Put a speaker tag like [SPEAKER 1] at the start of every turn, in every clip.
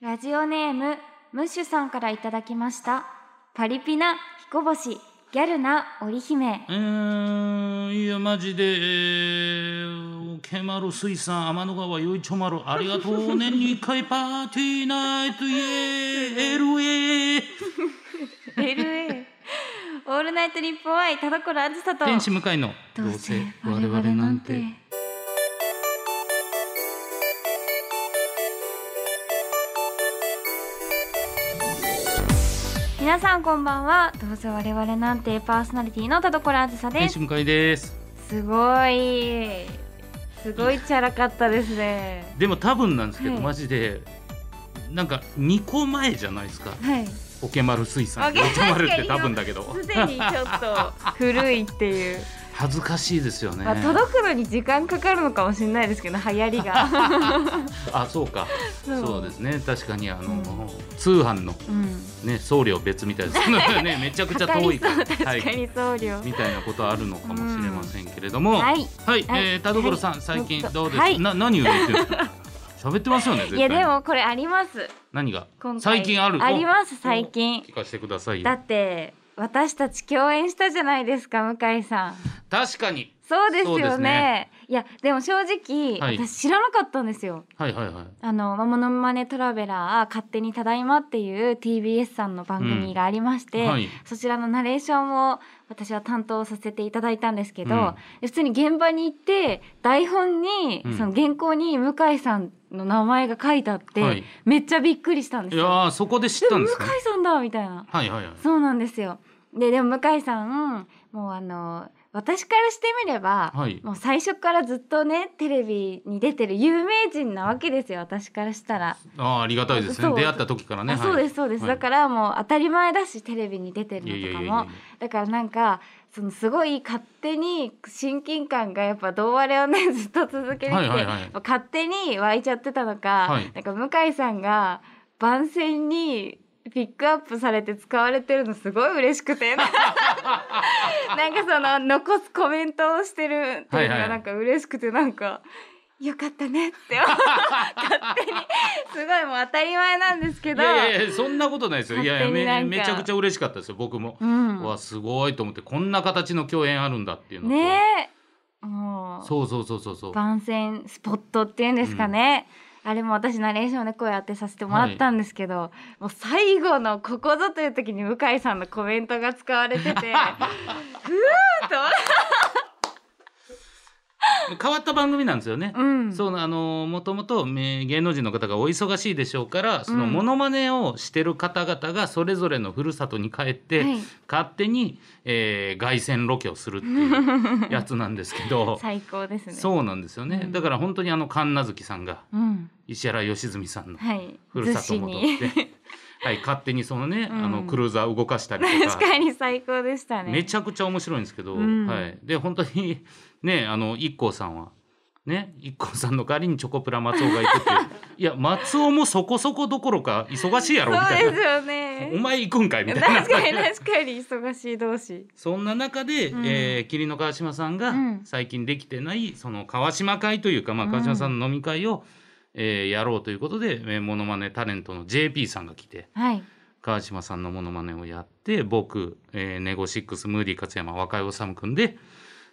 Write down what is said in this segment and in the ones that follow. [SPEAKER 1] ラジオネームムッシュさんからいただきましたパリピな彦星ギャルな織姫
[SPEAKER 2] うーんいやマジで、えー、ケマル水産天の川よいちょまるありがとう年に一回パーティーナイトイエー LA
[SPEAKER 1] LA オールナイトニッポン愛田所あずさと
[SPEAKER 2] 天使向かいの
[SPEAKER 1] どうせ我々なんて皆さんこんばんはどうせ我々なんてパーソナリティの田所あずさで
[SPEAKER 2] 天
[SPEAKER 1] す
[SPEAKER 2] 使向かいです
[SPEAKER 1] すごいすごいチャラかったですね
[SPEAKER 2] でも多分なんですけど、
[SPEAKER 1] はい
[SPEAKER 2] マジでなんか2個前じゃないですか
[SPEAKER 1] はい
[SPEAKER 2] オケマル水産
[SPEAKER 1] オ
[SPEAKER 2] オ
[SPEAKER 1] ケ
[SPEAKER 2] ケマルっ
[SPEAKER 1] 確
[SPEAKER 2] て
[SPEAKER 1] かに
[SPEAKER 2] 多分だけど
[SPEAKER 1] すでにちょっ と古いっていう、
[SPEAKER 2] 恥ずかしいですよね
[SPEAKER 1] まあ、届くのに時間かかるのかもしれないですけど流行り が
[SPEAKER 2] あそうか
[SPEAKER 1] そ
[SPEAKER 2] そううですね確かにあの、
[SPEAKER 1] うん
[SPEAKER 2] 通販の
[SPEAKER 1] うん
[SPEAKER 2] ね送料別みたいですけどね めちゃくちゃ遠いか
[SPEAKER 1] かか
[SPEAKER 2] ら
[SPEAKER 1] りそう
[SPEAKER 2] は
[SPEAKER 1] 確か
[SPEAKER 2] い、
[SPEAKER 1] に送料、
[SPEAKER 2] みたいなことあるのかもしれませんけれども、
[SPEAKER 1] は
[SPEAKER 2] はい、
[SPEAKER 1] い
[SPEAKER 2] えー田所さん、
[SPEAKER 1] はい
[SPEAKER 2] 最近どうです、
[SPEAKER 1] はい
[SPEAKER 2] な何を言ってるんですか 喋ってますよね絶
[SPEAKER 1] い
[SPEAKER 2] 対
[SPEAKER 1] やでもこれあります
[SPEAKER 2] 何が
[SPEAKER 1] 今回
[SPEAKER 2] 最近ある
[SPEAKER 1] あります最近
[SPEAKER 2] 聞かせてください
[SPEAKER 1] だ
[SPEAKER 2] よ
[SPEAKER 1] って私たち共演したじゃないですか向井さん
[SPEAKER 2] 確かに
[SPEAKER 1] そうですよ
[SPEAKER 2] そうで
[SPEAKER 1] ね
[SPEAKER 2] すね
[SPEAKER 1] いやでも正直、
[SPEAKER 2] はい
[SPEAKER 1] 私知らなかったんですよ
[SPEAKER 2] はいはいはい
[SPEAKER 1] あの「モノマネトラベラー勝手にただいま」っていう TBS さんの番組がありまして、
[SPEAKER 2] うんはい
[SPEAKER 1] そちらのナレーションを私は担当させていただいたんですけど、
[SPEAKER 2] うん
[SPEAKER 1] 普通に現場に行って台本に、
[SPEAKER 2] うん
[SPEAKER 1] その原稿に向井さんの名前が書いてあって、
[SPEAKER 2] はい
[SPEAKER 1] めっちゃびっくりしたんで
[SPEAKER 2] い
[SPEAKER 1] す
[SPEAKER 2] や
[SPEAKER 1] よ。
[SPEAKER 2] ーそこで知っ
[SPEAKER 1] で
[SPEAKER 2] た
[SPEAKER 1] も
[SPEAKER 2] ん
[SPEAKER 1] 向井
[SPEAKER 2] ですか、ね、
[SPEAKER 1] さんだみたいな
[SPEAKER 2] はいはいはい
[SPEAKER 1] そうなんですよ。ででも向井さんもうあの私からしてみれば、
[SPEAKER 2] はい
[SPEAKER 1] もう最初からずっとねテレビに出てる有名人なわけですよ私からしたら。
[SPEAKER 2] あーありがたいです
[SPEAKER 1] そ
[SPEAKER 2] ね
[SPEAKER 1] う
[SPEAKER 2] 出会った時からね
[SPEAKER 1] あそうですそうです、
[SPEAKER 2] はい
[SPEAKER 1] だからもう当たり前だしテレビに出てる
[SPEAKER 2] いやいや
[SPEAKER 1] のとか
[SPEAKER 2] いやいや
[SPEAKER 1] もだからなんかそのすごい勝手に親近感がやっぱどうあれをねずっと続けてきて、
[SPEAKER 2] はいはいはい
[SPEAKER 1] 勝手に湧いちゃってたのか、
[SPEAKER 2] はい
[SPEAKER 1] なんか向井さんが番宣にピックアップされて使われてるのすごい嬉しく てなんかその残すコメントをしてるっていうの
[SPEAKER 2] はいは
[SPEAKER 1] が
[SPEAKER 2] い
[SPEAKER 1] なんか嬉しくてなんか。よかったねって思う勝手にすごいもう当たり前なんですけ
[SPEAKER 2] い
[SPEAKER 1] ど
[SPEAKER 2] やいやいやそんなことないですよいやいや
[SPEAKER 1] 勝手になん
[SPEAKER 2] め
[SPEAKER 1] か
[SPEAKER 2] めちゃくちゃ嬉しかったですよ僕も、
[SPEAKER 1] うん
[SPEAKER 2] わすごいと思ってこんな形の共演あるんだっていうのと
[SPEAKER 1] ねえもう
[SPEAKER 2] そうそうそうそうそう
[SPEAKER 1] 番宣スポットっていうんですかね、あれも私ナレーションで声当てさせてもらったんですけど、もう最後のここぞという時に向井さんのコメントが使われ ててふーっと
[SPEAKER 2] 変わった番組なんですよね、
[SPEAKER 1] うん
[SPEAKER 2] そうあのもともとめ芸能人の方がお忙しいでしょうからそうの
[SPEAKER 1] ん
[SPEAKER 2] モノマネをしてる方々がそれぞれのふるさとに帰って、
[SPEAKER 1] はい
[SPEAKER 2] 勝手に、えー凱旋ロケをするっていうやつなんですけど
[SPEAKER 1] 最高ですねう、
[SPEAKER 2] そうなんですよね、
[SPEAKER 1] うん
[SPEAKER 2] だから本当にあの神奈月さんが
[SPEAKER 1] ん、
[SPEAKER 2] 石原良純さんの
[SPEAKER 1] はい
[SPEAKER 2] ふるさと戻
[SPEAKER 1] 逗
[SPEAKER 2] っ
[SPEAKER 1] 子に
[SPEAKER 2] て、 はい、勝手にそのね、
[SPEAKER 1] うん
[SPEAKER 2] あのクルーザー動かしたりと
[SPEAKER 1] 確かに最高でしたね
[SPEAKER 2] めちゃくちゃ面白いんですけど、
[SPEAKER 1] うん
[SPEAKER 2] はい、で本当に ねあの一 k さんは。ね、一 k さんの代わりにチョコプラ松尾が行 くっていういや松尾もそこそこどころか忙しいや
[SPEAKER 1] そ
[SPEAKER 2] ろみた
[SPEAKER 1] う
[SPEAKER 2] い
[SPEAKER 1] です
[SPEAKER 2] な
[SPEAKER 1] よ
[SPEAKER 2] お
[SPEAKER 1] ね
[SPEAKER 2] 前行くんかいみたいな
[SPEAKER 1] 確かに確かに忙しい同士
[SPEAKER 2] そんな中で、
[SPEAKER 1] うん
[SPEAKER 2] えー霧の川島さんが
[SPEAKER 1] うん
[SPEAKER 2] 最近できてないその川島会というか、まあ、
[SPEAKER 1] うん
[SPEAKER 2] 川島さんの飲み会を、えーやろうということで、えー、モノマネタレントの JP さんが来て
[SPEAKER 1] はい
[SPEAKER 2] 川島さんのモノマネをやって僕、えーネゴシックスムーディ勝山若井治君で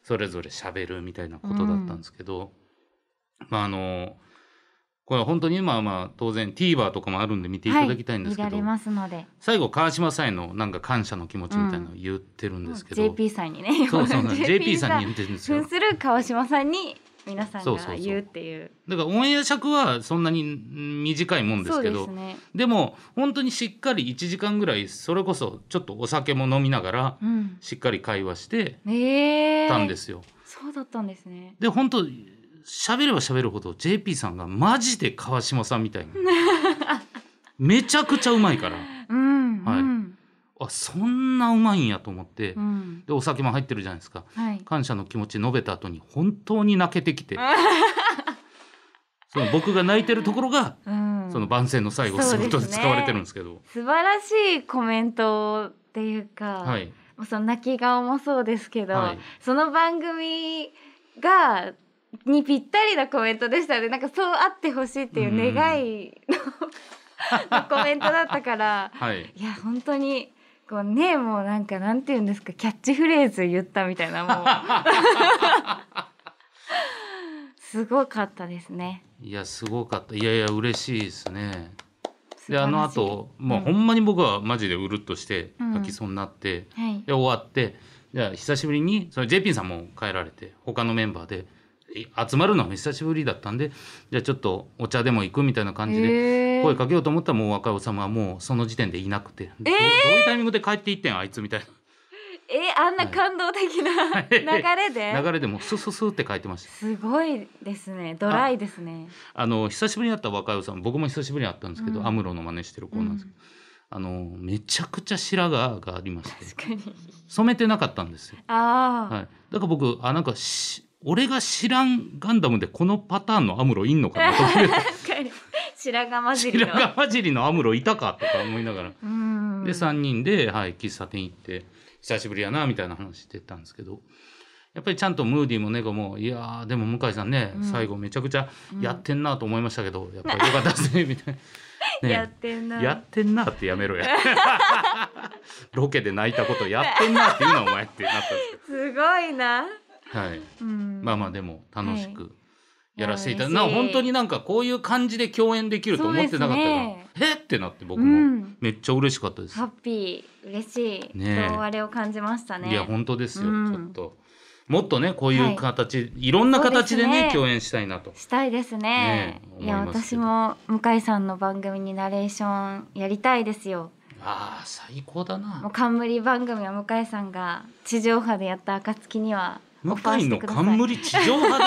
[SPEAKER 2] それぞれ喋るみたいなことだったんですけど、まああのこれは本当にまあまあ当然 TVer とかもあるんで見ていただきたいんですけ
[SPEAKER 1] は
[SPEAKER 2] ど、
[SPEAKER 1] 見られますので
[SPEAKER 2] 最後川島さんへのなんか感謝の気持ちみたいなのを言ってるんですけど、
[SPEAKER 1] JP さんにね
[SPEAKER 2] そうそうそう JP さんに言
[SPEAKER 1] に
[SPEAKER 2] ってるん ですよ
[SPEAKER 1] 扮する川島さんに皆さん
[SPEAKER 2] そうそうそ
[SPEAKER 1] が
[SPEAKER 2] う
[SPEAKER 1] 言うっていう
[SPEAKER 2] だからオンエア尺はそんなにん短いもんですけど
[SPEAKER 1] そうですね
[SPEAKER 2] でも本当にしっかり1時間ぐらいそれこそちょっとお酒も飲みながら
[SPEAKER 1] うん
[SPEAKER 2] しっかり会話して
[SPEAKER 1] ええ
[SPEAKER 2] たんですよ。
[SPEAKER 1] そうだったんですね
[SPEAKER 2] で本当喋れば喋るほど JP さんがマジで川島さんみた いなめちゃくちゃうまいから
[SPEAKER 1] うん
[SPEAKER 2] はい
[SPEAKER 1] うん
[SPEAKER 2] あそんなうまいんやと思って、
[SPEAKER 1] うん
[SPEAKER 2] でお酒も入ってるじゃないですか
[SPEAKER 1] はい
[SPEAKER 2] 感謝の気持ち述べた後に本当に泣けて きてその僕が泣いてるところが
[SPEAKER 1] うん
[SPEAKER 2] その番宣の最後
[SPEAKER 1] そ
[SPEAKER 2] 仕
[SPEAKER 1] うですね
[SPEAKER 2] 事で使われてるんですけど。
[SPEAKER 1] 素晴らしいコメントっていうか
[SPEAKER 2] はい、
[SPEAKER 1] もうその泣き顔もそうですけど
[SPEAKER 2] はい
[SPEAKER 1] その番組がにぴったりなコメントでしたねなんかそうあってほしいっていう願い のコメントだったから
[SPEAKER 2] はい。
[SPEAKER 1] いや本当にこうねもうなんかなんて言うんですかキャッチフレーズ言ったみたいな もうすごかったですね。
[SPEAKER 2] いや、すごかった。いやいや、嬉しいですね。
[SPEAKER 1] 素晴
[SPEAKER 2] で、
[SPEAKER 1] らしい
[SPEAKER 2] あの後、もう
[SPEAKER 1] うん
[SPEAKER 2] ほんまに僕はマジでうるっとして、
[SPEAKER 1] うん
[SPEAKER 2] 泣きそうになって、
[SPEAKER 1] はい、
[SPEAKER 2] で、終わって、じゃあ、久しぶりに、その JP さんも帰られて、他のメンバーで、い集まるのも久しぶりだったんで、じゃあちょっとお茶でも行くみたいな感じで、
[SPEAKER 1] へー
[SPEAKER 2] 声かけようと思ったらもう若いおさまはもうその時点でいなくて、どどういうタイミングで帰っていってんあいつみたい
[SPEAKER 1] えあんな感動的な
[SPEAKER 2] い
[SPEAKER 1] 流れで、
[SPEAKER 2] な流れでもうスススって帰ってました
[SPEAKER 1] すごいですねドライですね。
[SPEAKER 2] あの久しぶりに会った若いおさん僕も久しぶりに会ったんですけど、
[SPEAKER 1] うん
[SPEAKER 2] アムロの真似してる子なんですけど、あのめちゃくちゃ白髪がありまして
[SPEAKER 1] 確かに
[SPEAKER 2] 染めてなかったんですよ、
[SPEAKER 1] ああ、
[SPEAKER 2] はい、だから僕あなんかし俺が知らんガンダムでこのパターンのアムロいんのか なと思って
[SPEAKER 1] 確かに白髪混じりの
[SPEAKER 2] 白髪混じりのアムロいたかとか思いながら
[SPEAKER 1] うん
[SPEAKER 2] で3人で、はい、喫茶店行って久しぶりやなみたいな話してたんですけどやっぱりちゃんとムーディもネゴもいやーでも向井さんね、
[SPEAKER 1] うん
[SPEAKER 2] 最後めちゃくちゃやってんなと思いましたけど、やっぱりよかったですね みたいな。
[SPEAKER 1] やっ
[SPEAKER 2] ね
[SPEAKER 1] てんな
[SPEAKER 2] やってんなってやめろやロケで泣いたことやってんなっていうのはお前ってなったんです
[SPEAKER 1] すごいな、
[SPEAKER 2] けど、はい、
[SPEAKER 1] うん、
[SPEAKER 2] まあまあでも楽しくやらせていただ、
[SPEAKER 1] いや
[SPEAKER 2] な
[SPEAKER 1] 嬉しい
[SPEAKER 2] 本当になんかこういう感じで共演できると思ってなかったから、
[SPEAKER 1] そう
[SPEAKER 2] えってなって僕
[SPEAKER 1] う
[SPEAKER 2] も
[SPEAKER 1] ん
[SPEAKER 2] めっちゃ嬉しかったです
[SPEAKER 1] ハッピー嬉しい、
[SPEAKER 2] ねえ
[SPEAKER 1] とあれを感じましたね
[SPEAKER 2] いや本当ですよ、
[SPEAKER 1] うん
[SPEAKER 2] ちょっともっとねこうい
[SPEAKER 1] は
[SPEAKER 2] う
[SPEAKER 1] い
[SPEAKER 2] 形、い、ろんな形で
[SPEAKER 1] そう
[SPEAKER 2] ね
[SPEAKER 1] ですね
[SPEAKER 2] 共演したいなと
[SPEAKER 1] したいですね
[SPEAKER 2] ねえ
[SPEAKER 1] いや
[SPEAKER 2] 思います
[SPEAKER 1] 私
[SPEAKER 2] けど
[SPEAKER 1] も向井さんの番組にナレーションやりたいですよ
[SPEAKER 2] ああ最高だ
[SPEAKER 1] もう
[SPEAKER 2] な
[SPEAKER 1] 冠番組は向井さんが地上波でやった暁には
[SPEAKER 2] 向
[SPEAKER 1] オファー
[SPEAKER 2] 井
[SPEAKER 1] して
[SPEAKER 2] の
[SPEAKER 1] ください
[SPEAKER 2] 冠地上波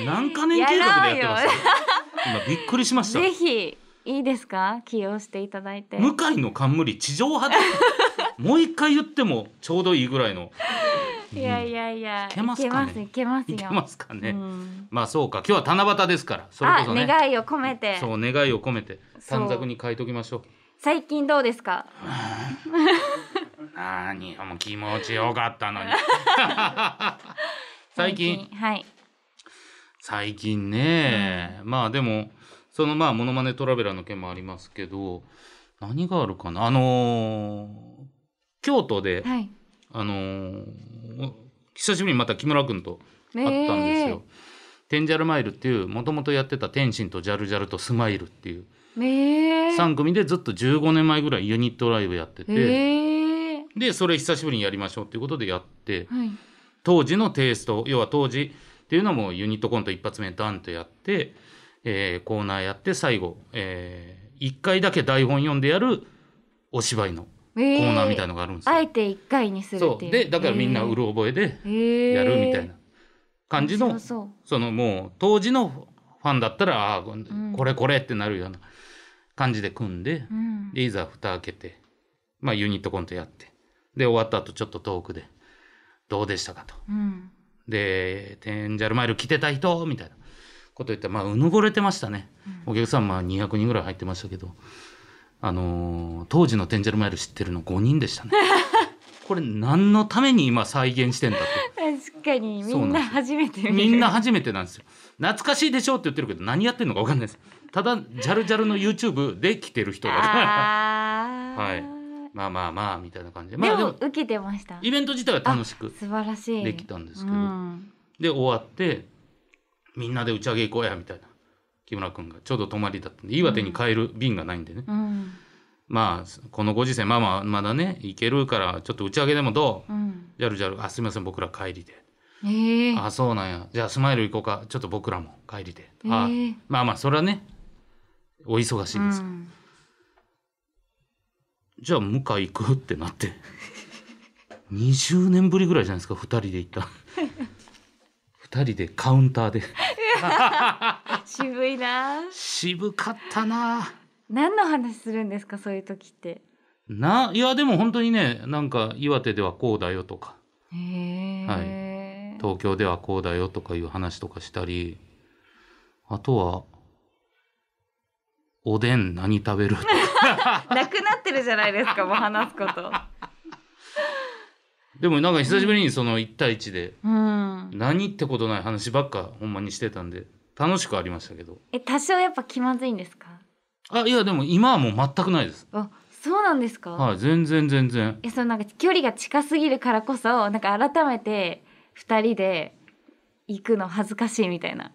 [SPEAKER 2] で何か年計画でやってますよ今びっくりしました
[SPEAKER 1] ぜひいいですか起用していただいて
[SPEAKER 2] 向井の冠地 上波でもう一回言ってもちょうどいいぐらいの
[SPEAKER 1] いやいやいや
[SPEAKER 2] いけますかね
[SPEAKER 1] いけます
[SPEAKER 2] い
[SPEAKER 1] い
[SPEAKER 2] け
[SPEAKER 1] け
[SPEAKER 2] ま
[SPEAKER 1] ます
[SPEAKER 2] すか
[SPEAKER 1] よ、
[SPEAKER 2] ね、
[SPEAKER 1] うん
[SPEAKER 2] まあそうか今日は七夕ですからそれこ
[SPEAKER 1] あ
[SPEAKER 2] そね
[SPEAKER 1] 願いを込めて
[SPEAKER 2] そう願いを込めて
[SPEAKER 1] そう
[SPEAKER 2] 短冊に書いときましょう
[SPEAKER 1] 最近どうですか
[SPEAKER 2] なにもう気持ちよかったのに 最近
[SPEAKER 1] はい
[SPEAKER 2] 最近ね、まあでもそのまあモノマネトラベラーの件もありますけど何があるかなあのー京都で、
[SPEAKER 1] はい
[SPEAKER 2] あのー久しぶりにまた木村君と
[SPEAKER 1] あ
[SPEAKER 2] 会ったんですよ。テンジャルマイルっていうもともとやってた天心とジャルジャルとスマイルっていう
[SPEAKER 1] ねえ
[SPEAKER 2] 3組でずっと15年前ぐらいユニットライブやってて、
[SPEAKER 1] ええ
[SPEAKER 2] でそれ久しぶりにやりましょうっていうことでやって、
[SPEAKER 1] はい
[SPEAKER 2] 当時のテイスト要は当時っていうのもユニットコント一発目ダンとやって、えーコーナーやって最後、え1回だけ台本読んでやるお芝居の
[SPEAKER 1] コ
[SPEAKER 2] コーナーみたいのがあるんです
[SPEAKER 1] あえ
[SPEAKER 2] よ。
[SPEAKER 1] て一回にする
[SPEAKER 2] そ
[SPEAKER 1] っ
[SPEAKER 2] う
[SPEAKER 1] ていう
[SPEAKER 2] でだからみんなうる覚えで
[SPEAKER 1] ええ
[SPEAKER 2] やるみたいな感じの
[SPEAKER 1] 面白そう
[SPEAKER 2] そのもう当時のファンだったらああ
[SPEAKER 1] ん
[SPEAKER 2] これこれってなるような感じで組んで
[SPEAKER 1] うん
[SPEAKER 2] でいざ蓋開けて、まあ、ユニットコントやってで終わった後ちょっとトークで「どうでしたか?」と。
[SPEAKER 1] うん
[SPEAKER 2] で、テンジャルマイル来てた人みたいなこと言ったら、まあ、うぬぼれてましたね。お客さん、まあ、200人ぐらい入ってましたけど、あのー当時のテンジャルマイル知ってるの5人でし たね。これ、何のために今再現してんだって。
[SPEAKER 1] 確かにみ
[SPEAKER 2] そうんなん
[SPEAKER 1] な
[SPEAKER 2] です
[SPEAKER 1] 初めて見 る
[SPEAKER 2] みんな初めてなんですよ。懐かしいでしょって言ってるけど、何やってんのか分かんないです。ただ、ジャルジャルの YouTube で来てる人だから。
[SPEAKER 1] あー
[SPEAKER 2] はいまあまあまあ、みたいな感じで。
[SPEAKER 1] で
[SPEAKER 2] ま
[SPEAKER 1] も,、
[SPEAKER 2] あ、でも、
[SPEAKER 1] 受けてました
[SPEAKER 2] イベント自体は楽しく
[SPEAKER 1] 素晴らしい
[SPEAKER 2] できたんですけど
[SPEAKER 1] うん
[SPEAKER 2] で終わってみんなで打ち上げ行こうやみたいな木村君がちょうど泊まりだったんで岩手に帰る便がないんでね、
[SPEAKER 1] うん
[SPEAKER 2] まあこのご時世まあまあまだね行けるからちょっと打ち上げでもどう、
[SPEAKER 1] うん
[SPEAKER 2] ジャルジャルあすみません僕ら帰りで、
[SPEAKER 1] ええ
[SPEAKER 2] あそうなんやじゃあスマイル行こうかちょっと僕らも帰りで、
[SPEAKER 1] えー
[SPEAKER 2] あまあまあそれはねお忙しいです、
[SPEAKER 1] うん
[SPEAKER 2] じゃあ向井行くってなって20年ぶりぐらいじゃないですか2人で行った 2人でカウンターで
[SPEAKER 1] 渋いな
[SPEAKER 2] 渋かったなあ
[SPEAKER 1] 何の話するんですかそういう時って
[SPEAKER 2] ないやでも本当にねなんか岩手ではこうだよとか
[SPEAKER 1] へえ
[SPEAKER 2] 東京ではこうだよとかいう話とかしたりあとはおでん何食べると か
[SPEAKER 1] なくなってるじゃないですかもう話す こと
[SPEAKER 2] でもなんか久しぶりにその1対1で
[SPEAKER 1] うん
[SPEAKER 2] 何ってことない話ばっかほんまにしてたんで楽しくありましたけど
[SPEAKER 1] え多少やっぱ気まずいんですか
[SPEAKER 2] あいやでも今はもう全くないです。
[SPEAKER 1] あそうなんですか、
[SPEAKER 2] はい全然全然。
[SPEAKER 1] えそのなんか距離が近すぎるからこそなんか改めて2人で行くの恥ずかしいみたいな、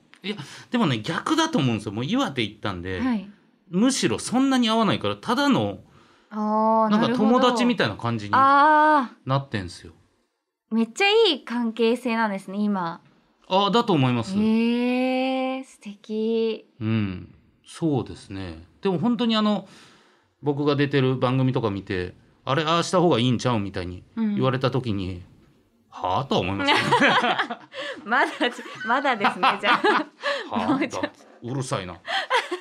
[SPEAKER 2] でもね逆だと思うんですよ。もう岩手行ったんで、
[SPEAKER 1] はい
[SPEAKER 2] むしろそんなに会わないからただの
[SPEAKER 1] あー
[SPEAKER 2] なんか友達み
[SPEAKER 1] たい
[SPEAKER 2] たいな感じにな
[SPEAKER 1] あ
[SPEAKER 2] ってんすよ。
[SPEAKER 1] ーめっちゃいい関係性なんですね今
[SPEAKER 2] あだと思います。
[SPEAKER 1] へえー、素敵
[SPEAKER 2] うん、そうですね。でも本当にあの僕が出てる番組とか見て、あれああした方がいいんちゃうみたいに
[SPEAKER 1] うん
[SPEAKER 2] 言われた時に、はあとは思いました、ね。
[SPEAKER 1] まだまだです ねじゃあ
[SPEAKER 2] はあだうるさいな。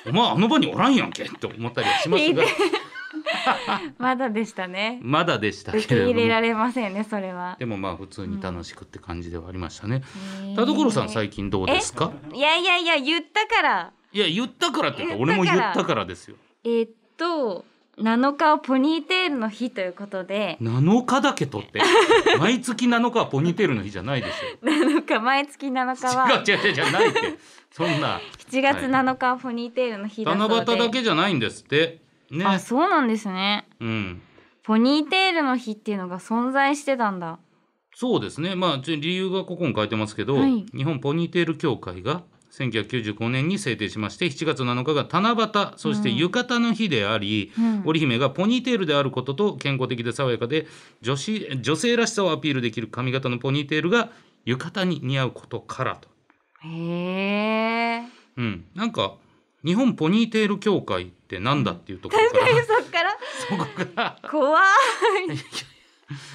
[SPEAKER 2] お前あの場におらんやんけって思ったりはしますが、
[SPEAKER 1] まだでしたね
[SPEAKER 2] まだでしたけ
[SPEAKER 1] 受
[SPEAKER 2] れ
[SPEAKER 1] け
[SPEAKER 2] ど
[SPEAKER 1] 入れら
[SPEAKER 2] も。
[SPEAKER 1] れませんねそれは
[SPEAKER 2] でもまあ普通に楽しくって感じではありましたね。
[SPEAKER 1] へー
[SPEAKER 2] 田所さん最近どうですか？
[SPEAKER 1] いやいやいや言ったから
[SPEAKER 2] いや言ったからっていうか
[SPEAKER 1] 言った
[SPEAKER 2] 俺
[SPEAKER 1] から
[SPEAKER 2] も言ったからですよ。
[SPEAKER 1] えーっと7日はポニーテールの日ということで
[SPEAKER 2] 7日だけ取って 毎月7日はポニーテールの日じゃないでしょ。
[SPEAKER 1] 7日毎月7日は
[SPEAKER 2] 違う違う違う違 うないってそんな
[SPEAKER 1] 7月7日はポニーテールの日だそうで、
[SPEAKER 2] 七夕だけじゃないんですってね
[SPEAKER 1] あそうなんですね
[SPEAKER 2] うん
[SPEAKER 1] ポニーテールの日っていうのが存在してたんだ
[SPEAKER 2] そうですねまあちょ理由がここに書いてますけど、
[SPEAKER 1] はい
[SPEAKER 2] 日本ポニーテール協会が1995年に制定しまして7月7日が七夕そして
[SPEAKER 1] うん
[SPEAKER 2] 浴衣の日であり、
[SPEAKER 1] うん
[SPEAKER 2] 織姫がポニーテールであることと健康的で爽やかで女子女性らしさをアピールできる髪型のポニーテールが浴衣に似合うことからと、
[SPEAKER 1] へえ
[SPEAKER 2] うん、なんか日本ポニーテール協会ってなんだっていうところから
[SPEAKER 1] そっから
[SPEAKER 2] そこから
[SPEAKER 1] 怖い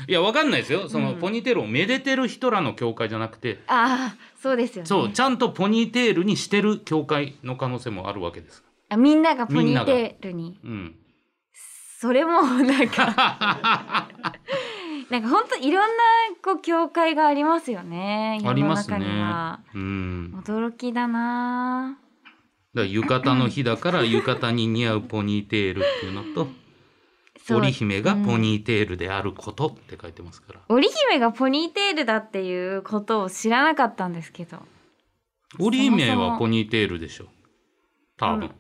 [SPEAKER 2] いやわかんないですよその、
[SPEAKER 1] うん
[SPEAKER 2] ポニーテールをめでてる人らの教会じゃなくて
[SPEAKER 1] あーそうですよね
[SPEAKER 2] そうちゃんとポニーテールにしてる教会の可能性もあるわけです、
[SPEAKER 1] あみんながポ
[SPEAKER 2] みん
[SPEAKER 1] ニ
[SPEAKER 2] な
[SPEAKER 1] ー
[SPEAKER 2] が
[SPEAKER 1] テールに
[SPEAKER 2] うん、
[SPEAKER 1] それもなん かなんか本当いろんなこう教会がありますよね
[SPEAKER 2] あ
[SPEAKER 1] 世
[SPEAKER 2] り
[SPEAKER 1] の
[SPEAKER 2] ます
[SPEAKER 1] 中
[SPEAKER 2] ね
[SPEAKER 1] には、
[SPEAKER 2] うん、だか
[SPEAKER 1] 驚きだなあ
[SPEAKER 2] ら浴衣の日だから浴衣に似合うポニーテールっていうのと
[SPEAKER 1] そう
[SPEAKER 2] 織姫がポ
[SPEAKER 1] うん
[SPEAKER 2] ニーテールであることって書いてますから、
[SPEAKER 1] 織姫がポニーテールだっていうことを知らなかったんですけど
[SPEAKER 2] 織姫はポニーテールでしょ多分、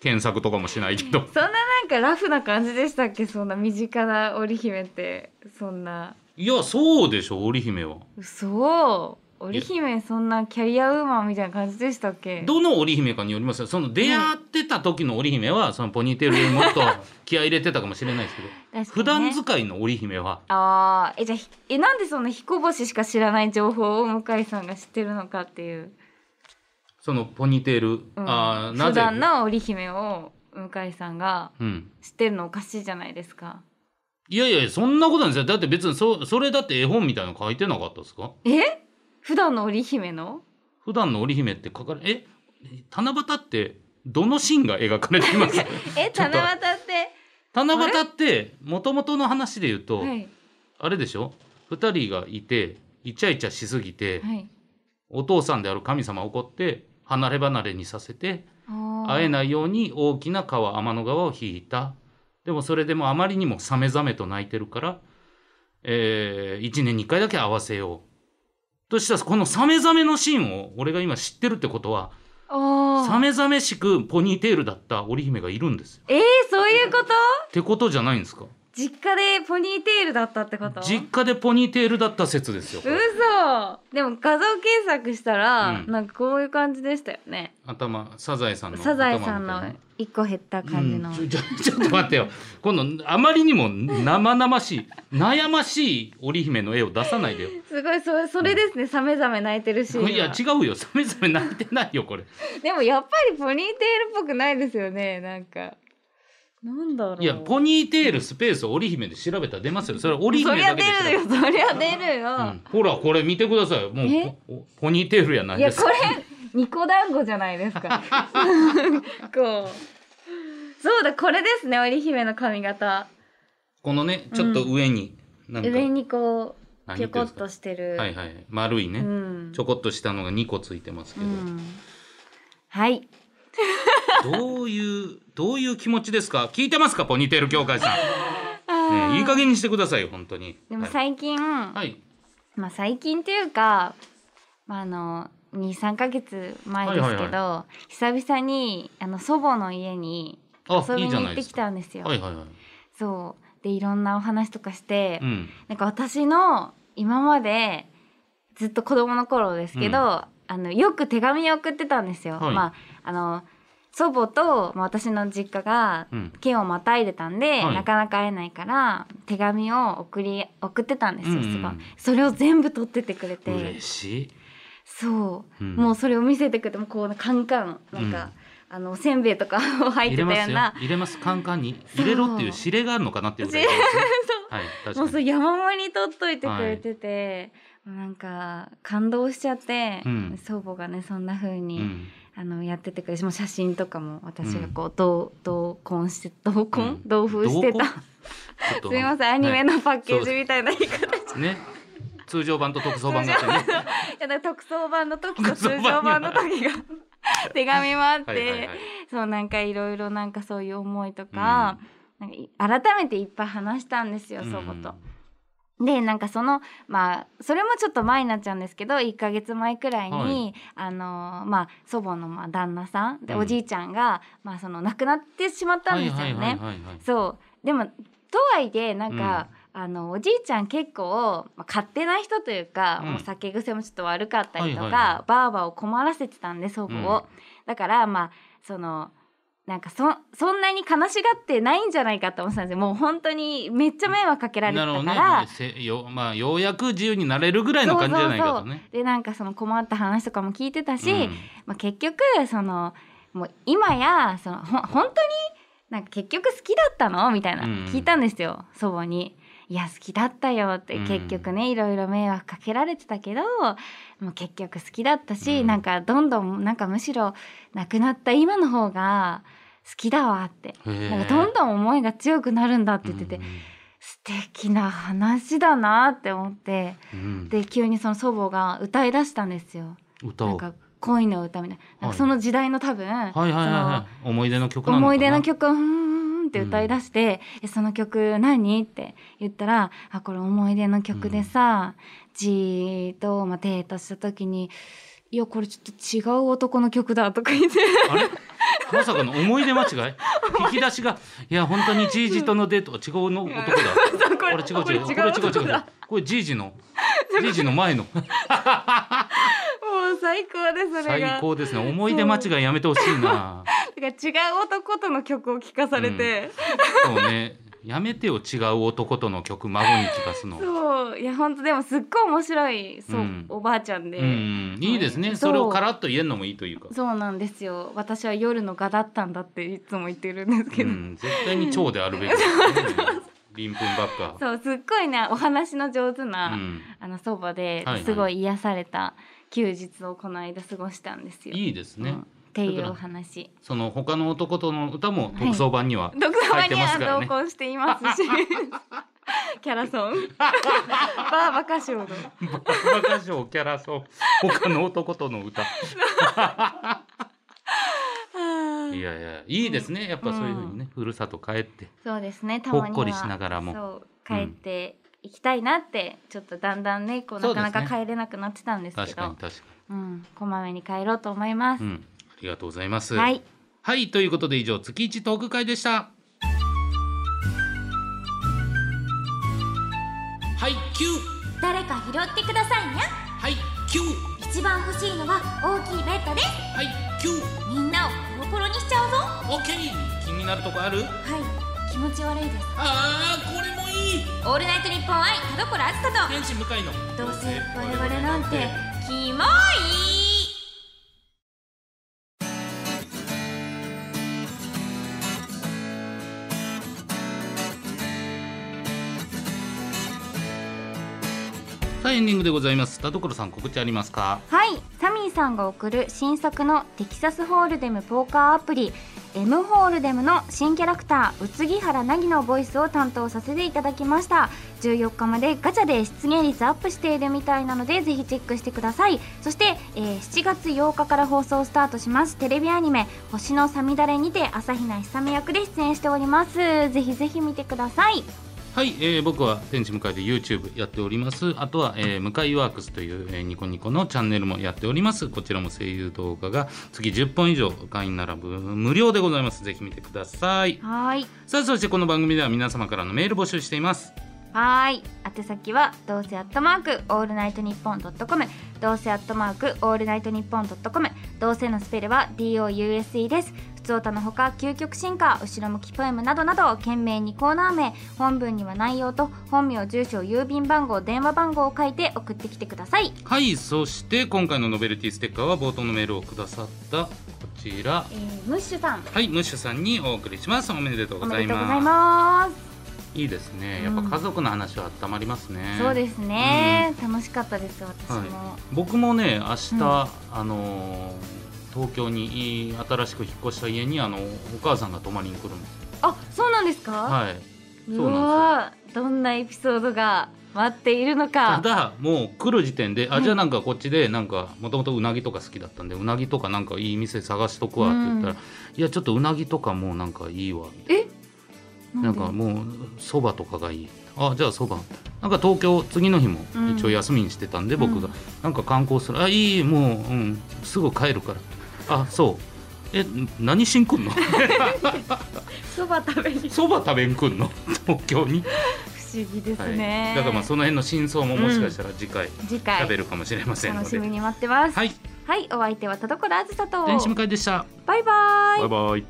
[SPEAKER 2] 検索とかもしないけど
[SPEAKER 1] そんななんかラフな感じでしたっけそんな身近な織姫ってそんない
[SPEAKER 2] やそうでしょ織姫は
[SPEAKER 1] 嘘織姫そんなキャリアウーマンみたいな感じでしたっけ
[SPEAKER 2] どの織姫かによりますよその出会ってた時の織姫はそのポニーテールよりもっと 気合い入れてたかもしれないですけ
[SPEAKER 1] 確
[SPEAKER 2] ど普
[SPEAKER 1] かにね
[SPEAKER 2] 段使いの織姫は
[SPEAKER 1] あーえじゃあひえなんでそんな彦星しか知らない情報を向井さんが知ってるのかっていう、
[SPEAKER 2] そのポニーテール、
[SPEAKER 1] うん
[SPEAKER 2] あーな
[SPEAKER 1] 普
[SPEAKER 2] ぜ
[SPEAKER 1] 段の織姫を向井さんが
[SPEAKER 2] うん、
[SPEAKER 1] 知ってるのおかしいじゃないですか
[SPEAKER 2] いやいやそんなことないですよだって別にそそれだって絵本みたいなの書いてなかったですか
[SPEAKER 1] え普段の織姫の
[SPEAKER 2] 普段の織姫って書かれえ七夕ってどのシーンが描かれてます
[SPEAKER 1] え
[SPEAKER 2] ちょ
[SPEAKER 1] 七
[SPEAKER 2] っ
[SPEAKER 1] 夕
[SPEAKER 2] と
[SPEAKER 1] っ
[SPEAKER 2] 七夕ってもともとの話で言うと、
[SPEAKER 1] てはい
[SPEAKER 2] あれでしょ2人がいてイチャイチャしすぎて、
[SPEAKER 1] はい
[SPEAKER 2] お父さんである神様を怒って離れ離れにさせて会
[SPEAKER 1] 会
[SPEAKER 2] えないように大きな川天の川を引いたでもそれでもあまりにもさめざめと泣いてるから、え1年に1回だけ会わせようとしたらこのさめざめのシーンを俺が今知ってるってことは
[SPEAKER 1] あ
[SPEAKER 2] さ
[SPEAKER 1] ー
[SPEAKER 2] めざめしくポニーテールだった織姫がいるんですよ。
[SPEAKER 1] えー、そういうこと
[SPEAKER 2] ってことじゃないんですか
[SPEAKER 1] 実家でポニーテールだったってこと
[SPEAKER 2] 実家でポニーテールだった説ですよ。これ
[SPEAKER 1] 嘘でも画像検索したら、
[SPEAKER 2] うん
[SPEAKER 1] なんかこういう感じでしたよね
[SPEAKER 2] 頭サザエさんの
[SPEAKER 1] サザエさん
[SPEAKER 2] 頭みた
[SPEAKER 1] の
[SPEAKER 2] いな
[SPEAKER 1] 一個減った感じの、
[SPEAKER 2] うんちょ ちょちょっと待ってよ今度あまりにも生々しい悩ましい織姫の絵を出さないでよ
[SPEAKER 1] すごいそれそれですねさめざめ泣いてるシーンはい
[SPEAKER 2] や違うよそれぞれ泣いてないよこれ
[SPEAKER 1] でもやっぱりポニーテールっぽくないですよねなんかなんだろう
[SPEAKER 2] いやポニーテールスペース織姫で調べたら出ますよそれは織
[SPEAKER 1] そ
[SPEAKER 2] 姫
[SPEAKER 1] りゃ
[SPEAKER 2] だ
[SPEAKER 1] 出
[SPEAKER 2] けで調べ
[SPEAKER 1] るよそりゃ出るよ、
[SPEAKER 2] うんほらこれ見てくださいもう
[SPEAKER 1] え
[SPEAKER 2] ポポポニーテールやない
[SPEAKER 1] い
[SPEAKER 2] で
[SPEAKER 1] や
[SPEAKER 2] す
[SPEAKER 1] こ
[SPEAKER 2] か
[SPEAKER 1] れニコ団子じゃないです かこうそうだこれですね織姫の髪型
[SPEAKER 2] このねちょっと上に、なんか
[SPEAKER 1] 上にこう
[SPEAKER 2] 何
[SPEAKER 1] ピョ
[SPEAKER 2] 言って
[SPEAKER 1] コ
[SPEAKER 2] んで
[SPEAKER 1] ッ
[SPEAKER 2] すか
[SPEAKER 1] としてる
[SPEAKER 2] はいはい丸いね、
[SPEAKER 1] うん
[SPEAKER 2] ちょこっとしたのが2個ついてますけ
[SPEAKER 1] う
[SPEAKER 2] ど、
[SPEAKER 1] んはい
[SPEAKER 2] どういうどういう気持ちですか聞いてますかポニーテール協会さん、ねえ、いい加減にしてくださいよ本当に
[SPEAKER 1] でも
[SPEAKER 2] はい
[SPEAKER 1] 最近、
[SPEAKER 2] はい
[SPEAKER 1] まあ最近というか、まあ、あの23か月前ですけど、
[SPEAKER 2] はいはい
[SPEAKER 1] 久々にあの祖母の家に
[SPEAKER 2] あ
[SPEAKER 1] 遊
[SPEAKER 2] い
[SPEAKER 1] び
[SPEAKER 2] い
[SPEAKER 1] に
[SPEAKER 2] じゃな
[SPEAKER 1] 行っ
[SPEAKER 2] い
[SPEAKER 1] て
[SPEAKER 2] で
[SPEAKER 1] き
[SPEAKER 2] すか。
[SPEAKER 1] たんですよ。
[SPEAKER 2] はいはいはい。
[SPEAKER 1] そうでいろんなお話とかして、
[SPEAKER 2] うん。
[SPEAKER 1] なんか私の今までずっと子供の頃ですけど、
[SPEAKER 2] うん
[SPEAKER 1] あのよく手紙を送ってたんですよ。
[SPEAKER 2] はい
[SPEAKER 1] まああの祖母と、まあ、私の実家が
[SPEAKER 2] うん。
[SPEAKER 1] 県をまたいでたんで、
[SPEAKER 2] はい
[SPEAKER 1] なかなか会えないから手紙を送り送ってたんですよ、
[SPEAKER 2] うんうん
[SPEAKER 1] すごいそれを全部取っててくれて
[SPEAKER 2] 嬉しい。
[SPEAKER 1] そうう、
[SPEAKER 2] ん
[SPEAKER 1] もうそれを見せてくれてもこうカンカンなんか、あのおせんべいとか を入ってたよ
[SPEAKER 2] 入れます
[SPEAKER 1] う
[SPEAKER 2] よ
[SPEAKER 1] な。
[SPEAKER 2] 入れます。カンカンに
[SPEAKER 1] そう
[SPEAKER 2] 入れろっていう指令があるのかなっていうぐらいですね。はい。確
[SPEAKER 1] もうそ
[SPEAKER 2] か
[SPEAKER 1] う
[SPEAKER 2] に。
[SPEAKER 1] 山盛り取っといてくれてて、もうなんか感動しちゃって、
[SPEAKER 2] うん
[SPEAKER 1] 祖母がねそんな風に、
[SPEAKER 2] うん。
[SPEAKER 1] あのやっててくれてもう写真とかも私がこう、同同婚して同婚、同封してた
[SPEAKER 2] 同梱。ちょっと
[SPEAKER 1] すみませんアニメのパッケー
[SPEAKER 2] そう
[SPEAKER 1] ジ
[SPEAKER 2] です
[SPEAKER 1] みたいな言い 方
[SPEAKER 2] ね。通常版と特装版があってね。
[SPEAKER 1] いやだから特装版の時と
[SPEAKER 2] 特
[SPEAKER 1] 通
[SPEAKER 2] 装版
[SPEAKER 1] 常版の時が手紙もあって、
[SPEAKER 2] はいはいはい。
[SPEAKER 1] そうなんかいろいろなんかそういう思いとか,、なんかい改めていっぱい話したんですよ、祖母と。でなんかそのまあそれもちょっと前になっちゃうんですけど1ヶ月前くらいに、
[SPEAKER 2] はい
[SPEAKER 1] あのまあ、祖母のまあ旦那さんで、
[SPEAKER 2] うん
[SPEAKER 1] おじいちゃんが、まあ、その亡くなってしまったんですよね。
[SPEAKER 2] はいはいはいはいはい
[SPEAKER 1] そうでもとはいえなんか、あのおじいちゃん結構、まあ、勝手な人というか、
[SPEAKER 2] うん
[SPEAKER 1] もう酒癖もちょっと悪かったりとか、
[SPEAKER 2] はいはいは
[SPEAKER 1] バーバーを困らせてたんで祖母を、
[SPEAKER 2] うん
[SPEAKER 1] だからまあそのなんかそそんなに悲しがってないんじゃないかって思ってたんですよもう本当にめっちゃ迷惑かけられて
[SPEAKER 2] な
[SPEAKER 1] た
[SPEAKER 2] る
[SPEAKER 1] か
[SPEAKER 2] ほ
[SPEAKER 1] ら
[SPEAKER 2] どね。せよまあようやく自由になれるぐらいの感じじゃないかとね。
[SPEAKER 1] でなんかその困った話とかも聞いてたし、
[SPEAKER 2] うん
[SPEAKER 1] まあ、結局そのもう今やそのほ本当になんか結局好きだったのみたいな
[SPEAKER 2] うん
[SPEAKER 1] 聞いたんですよ、祖母に。いや好きだったよって
[SPEAKER 2] うん
[SPEAKER 1] 結局ね、いろいろ迷惑かけられてたけどもう結局好きだったし、
[SPEAKER 2] うん
[SPEAKER 1] なんかどんどんなんかむしろ亡くなった今の方が好きだわって
[SPEAKER 2] へえ
[SPEAKER 1] なんかどんどん思いが強くなるんだって言ってて、素敵な話だなって思って
[SPEAKER 2] うんうん
[SPEAKER 1] で急にその祖母が歌い出したんですよ。
[SPEAKER 2] 歌
[SPEAKER 1] なん
[SPEAKER 2] を
[SPEAKER 1] か恋の歌みたいななん
[SPEAKER 2] は
[SPEAKER 1] か
[SPEAKER 2] い
[SPEAKER 1] その時代の多分、
[SPEAKER 2] はいはいはいはい思い出の曲
[SPEAKER 1] その
[SPEAKER 2] なのかな
[SPEAKER 1] 思い出の曲をふーんって歌い出して「えその曲何?」って言ったら「あこれ思い出の曲でさ、じーっと、まあ、デートした時に「いやこれちょっと違う男の曲だ」とか言って
[SPEAKER 2] あれまさかの思い出間違い引き出しがいや本当にじいじとのデートは違うの男だ
[SPEAKER 1] そうこ
[SPEAKER 2] こ
[SPEAKER 1] れ
[SPEAKER 2] れ違う
[SPEAKER 1] こ
[SPEAKER 2] 違
[SPEAKER 1] れ
[SPEAKER 2] うこ
[SPEAKER 1] 違
[SPEAKER 2] れ
[SPEAKER 1] う
[SPEAKER 2] 違う違うこれじいじのじいじの前の
[SPEAKER 1] もう最高ですそれが
[SPEAKER 2] 最高ですね思い出間違いやめてほしいな
[SPEAKER 1] だから違う男との曲を聴かされて、
[SPEAKER 2] そうねやめてよ違う男との曲孫に聞かすの
[SPEAKER 1] そういや本当でもすっごい面白いそう、
[SPEAKER 2] うん
[SPEAKER 1] おばあちゃんで。
[SPEAKER 2] うんいいです
[SPEAKER 1] そ
[SPEAKER 2] ね
[SPEAKER 1] う
[SPEAKER 2] それをカラッと言えるのもいいというか
[SPEAKER 1] そうなんですよ私は夜の蛾だったんだっていつも言ってるんですけ
[SPEAKER 2] う
[SPEAKER 1] ど、
[SPEAKER 2] ん絶対に蝶であるべき ですねりんぷんばっか
[SPEAKER 1] そうすっごいねお話の上手な、
[SPEAKER 2] うん
[SPEAKER 1] あのそばで
[SPEAKER 2] はいはい
[SPEAKER 1] すごい癒された休日をこの間過ごしたんですよ。
[SPEAKER 2] いいですね
[SPEAKER 1] うんっていうお話。
[SPEAKER 2] その他の男との歌も特装版 には
[SPEAKER 1] 独
[SPEAKER 2] 入
[SPEAKER 1] 様
[SPEAKER 2] って
[SPEAKER 1] に
[SPEAKER 2] ます
[SPEAKER 1] は
[SPEAKER 2] から
[SPEAKER 1] 同
[SPEAKER 2] ね。
[SPEAKER 1] 梱していますし、 キャラソン、 バーバカショード。
[SPEAKER 2] バカバカ賞キャラソン他の男との歌。いやいやいいですね。やっぱそういうふうにね、ふるさと帰って。
[SPEAKER 1] そうですね。たまには
[SPEAKER 2] ほっこりしながらも
[SPEAKER 1] そう帰っていきたいなって、ちょっとだんだんねこうな
[SPEAKER 2] そうで
[SPEAKER 1] か
[SPEAKER 2] す
[SPEAKER 1] な
[SPEAKER 2] ね
[SPEAKER 1] か帰れなくなってたんですけ
[SPEAKER 2] 確かに
[SPEAKER 1] ど、
[SPEAKER 2] 確か
[SPEAKER 1] うんこまめに帰ろうと思います
[SPEAKER 2] に。う。ん。ありがとうございます。
[SPEAKER 1] はい。。
[SPEAKER 2] はいということで以上月一トーク会でした。はいキュー
[SPEAKER 3] 誰か拾ってくださいね
[SPEAKER 2] はいキュー
[SPEAKER 3] 一番欲しいのは大きいベッドです
[SPEAKER 2] はいキュー
[SPEAKER 3] みんなをコロコロにしちゃうぞは
[SPEAKER 2] オッケー。気になるとこある？
[SPEAKER 3] い気持ち悪いです
[SPEAKER 2] ああこれもいい。
[SPEAKER 3] オールナイトニッポン愛田所あずさ
[SPEAKER 2] 天使向かいの。
[SPEAKER 3] とどうせ我々なんてキモい
[SPEAKER 2] さあエンディングでございます。田所さん告知ありますか？
[SPEAKER 1] はい、サミーさんが送る新作のテキサスホールデムポーカーアプリ M ホールデムの新キャラクター宇津木原凪のボイスを担当させていただきました14日までガチャで出現率アップしているみたいなのでぜひチェックしてくださいそして、えー7月8日から放送スタートしますテレビアニメ「星のさみだれ」にて朝比奈久美役で出演しておりますぜひぜひ見てください
[SPEAKER 2] はい、えー僕は天使向かいで YouTube やっております。あとは、えー向かいワークスという、えーニコニコのチャンネルもやっております。こちらも声優動画が月10本以上会員ならぶ無料でございます。ぜひ見てください。
[SPEAKER 1] はーい
[SPEAKER 2] さあ、そしてこの番組では皆様からのメール募集しています。
[SPEAKER 1] はーい宛先はどうせアットマークオールナイトニッポンドットコムどうせアットマークオールナイトニッポンドットコムどうせのスペルは DOUSE です普通歌のほか究極進化後ろ向きポエムなどなど懸命にコーナー名本文には内容と本名住所郵便番号電話番号を書いて送ってきてください
[SPEAKER 2] はい、そして今回のノベルティステッカーは冒頭のメールをくださったこちら
[SPEAKER 1] え。ー、ムッシュさん
[SPEAKER 2] はい、ムッシュさんにお送りします。おめでとう
[SPEAKER 1] お
[SPEAKER 2] ご
[SPEAKER 1] め
[SPEAKER 2] ざ
[SPEAKER 1] で
[SPEAKER 2] い
[SPEAKER 1] とうござ
[SPEAKER 2] ま
[SPEAKER 1] い
[SPEAKER 2] す。
[SPEAKER 1] ます
[SPEAKER 2] いいですね。やっぱ家族の話は温まりますね。
[SPEAKER 1] そうですね、楽しかったです私も、
[SPEAKER 2] はい、僕もね明日、あのー東京にい新しく引っ越した家にあのお母さんが泊まりに来るんですよ
[SPEAKER 1] あそうなんですか、
[SPEAKER 2] はい、
[SPEAKER 1] う
[SPEAKER 2] そう
[SPEAKER 1] わーどんなエピソードが待っているのか
[SPEAKER 2] ただもう来る時点であ
[SPEAKER 1] うん
[SPEAKER 2] じゃあなんかこっちでなんかもともとうなぎとか好きだったんでうなぎとかなんかいい店探しとくわって言ったら、
[SPEAKER 1] うん
[SPEAKER 2] いやちょっとうなぎとかもうなんかいいわみたいな
[SPEAKER 1] え
[SPEAKER 2] なんかもうそばとかがいいあじゃあそばなんか東京次の日も
[SPEAKER 1] うん
[SPEAKER 2] 一応休みにしてたんで、僕が
[SPEAKER 1] うん
[SPEAKER 2] なんか観光するあいいもう、うん、すぐ帰るからあそうえ何しに来んの
[SPEAKER 1] そば食べに不
[SPEAKER 2] そば食べに来んの 東京に、
[SPEAKER 1] 思議です
[SPEAKER 2] はい、
[SPEAKER 1] ね、
[SPEAKER 2] だからまあその辺の真相ももしかしたら次回
[SPEAKER 1] 次回
[SPEAKER 2] 喋るかもしれませんの
[SPEAKER 1] 楽し
[SPEAKER 2] で、
[SPEAKER 1] みに待ってますは、
[SPEAKER 2] はいい
[SPEAKER 1] お相手は田所あずさと
[SPEAKER 2] 電子向かいでした
[SPEAKER 1] バイバイ
[SPEAKER 2] バイバイ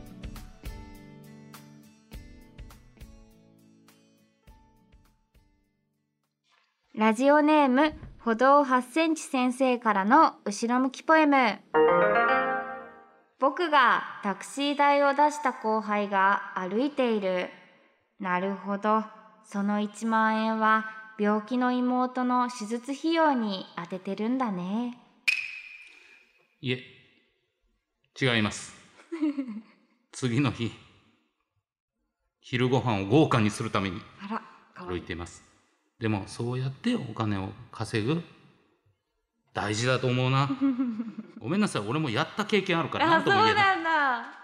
[SPEAKER 1] ラジオネーム歩道8センチ先生からの後ろ向きポエム僕がタクシー代を出した後輩が歩いているなるほどその1万円は病気の妹の手術費用に当ててるんだね
[SPEAKER 2] いえ違います 次の日昼ご飯を豪華にするために
[SPEAKER 1] あらかわ
[SPEAKER 2] 歩
[SPEAKER 1] いい
[SPEAKER 2] いていますでもそうやってお金を稼ぐ 大事だと思うなごめんなさい俺もやった経験あるから
[SPEAKER 1] あ
[SPEAKER 2] 何と
[SPEAKER 1] そう
[SPEAKER 2] も言えない
[SPEAKER 1] なんだ